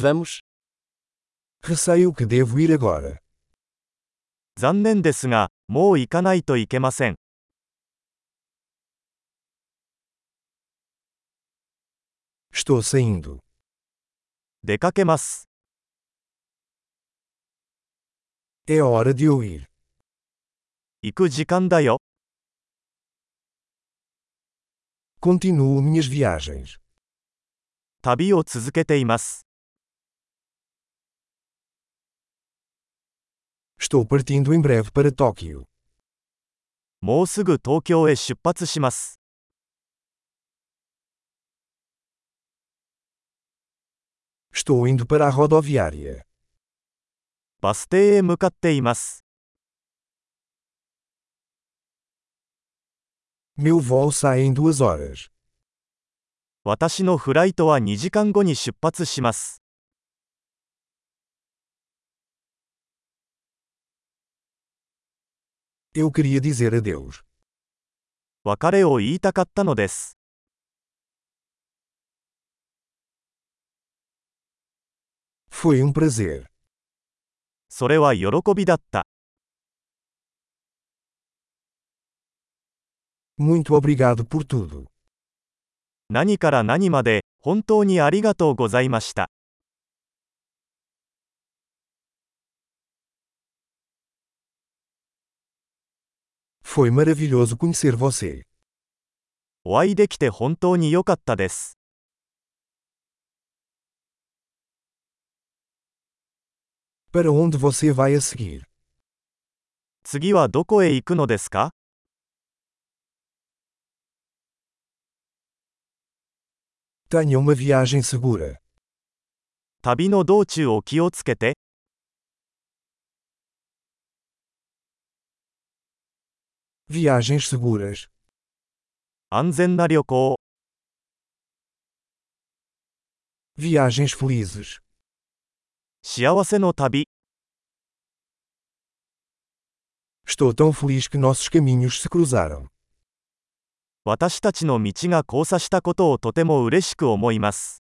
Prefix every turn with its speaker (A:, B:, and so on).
A: Vamos. Receio que devo ir agora.
B: 残念ですが、もう行かないといけません。
A: Estou saindo.
B: 出かけます。
A: É hora de eu ir.
B: 行く時間だよ。
A: Continuo minhas viagens.
B: 旅を続けています。
A: Estou partindo em breve para Tóquio.
B: もうすぐ東京へ出発します。
A: Estou indo para a rodoviária.
B: バス停へ向かっています。
A: Meu voo sai em duas horas.
B: 私のフライトは2時間後に出発します。
A: Eu queria dizer adeus.
B: 別れを言いたかったのです。
A: Foi um prazer.
B: それは喜びだった。
A: Muito obrigado por tudo.
B: 何から何まで、本当にありがとうございました。
A: Foi maravilhoso conhecer você.
B: お会いできて本当に良かったです。
A: Para onde você vai a seguir?
B: 次はどこへ行くのですか
A: Tenha uma viagem segura.
B: 旅の道中を気をつけて、
A: Viagens seguras.
B: 安全な旅行を、
A: Viagens felizes.
B: 幸せの旅。
A: Estou tão feliz que nossos caminhos se cruzaram.
B: 私たちの道が交差したことをとても嬉しく思います。